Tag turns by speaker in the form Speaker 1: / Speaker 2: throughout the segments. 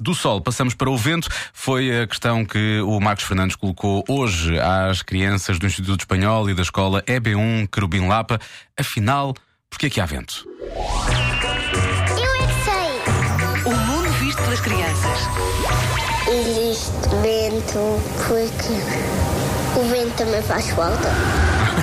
Speaker 1: Do sol passamos para o vento, foi a questão que o Marcos Fernandes colocou hoje às crianças do Instituto Espanhol e da escola EB1 Querubim Lapa. Afinal, porquê é que há vento?
Speaker 2: Eu é que sei!
Speaker 3: O mundo visto pelas crianças.
Speaker 2: Existe vento porque o vento também faz falta.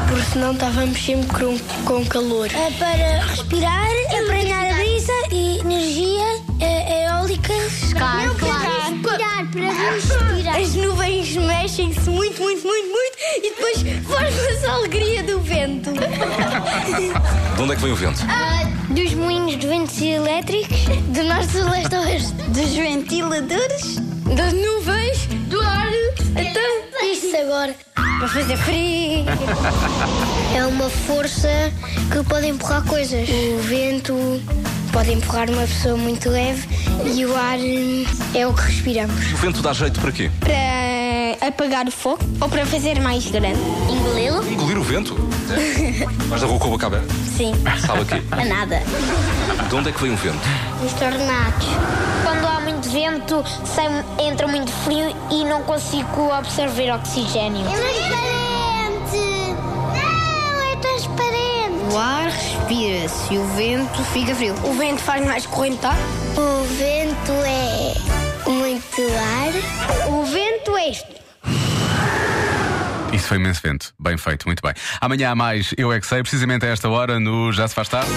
Speaker 4: porque senão estávamos sempre com, com calor.
Speaker 2: É para respirar, apanhar a brisa e energia eólica. Escar, Não para respirar, para respirar.
Speaker 5: As nuvens mexem-se muito, muito, muito, muito e depois forma-se a alegria do vento.
Speaker 6: De onde é que vem o vento?
Speaker 2: Ah, Dos moinhos de ventos elétricos, de norte a leste a oeste.
Speaker 5: Dos ventiladores, das nuvens, do ar, então.
Speaker 2: Isto agora
Speaker 5: Para fazer frio.
Speaker 2: é uma força que pode empurrar coisas. O vento pode empurrar uma pessoa muito leve e o ar hum, é o que respiramos.
Speaker 6: O vento dá jeito para quê?
Speaker 5: Para É apagar o fogo ou para fazer mais grande?
Speaker 2: Engolê-lo?
Speaker 6: Engolir o vento? Mas da rua com a boca aberta.
Speaker 5: Sim.
Speaker 6: Sabe aqui.
Speaker 5: A nada.
Speaker 6: De onde é que vem o vento?
Speaker 2: Os tornados.
Speaker 7: Quando há muito vento, sai- entra muito frio e não consigo absorver oxigênio.
Speaker 2: É transparente! Não, é transparente!
Speaker 5: O ar Ah, respira-se e o vento fica frio. O vento faz mais tá? correntar?
Speaker 2: O vento é muito ar. O vento é isto.
Speaker 1: Isso foi imenso vento. Bem feito, muito bem. Amanhã há mais Eu É Que Sei, precisamente a esta hora no Já Se Faz Tarde.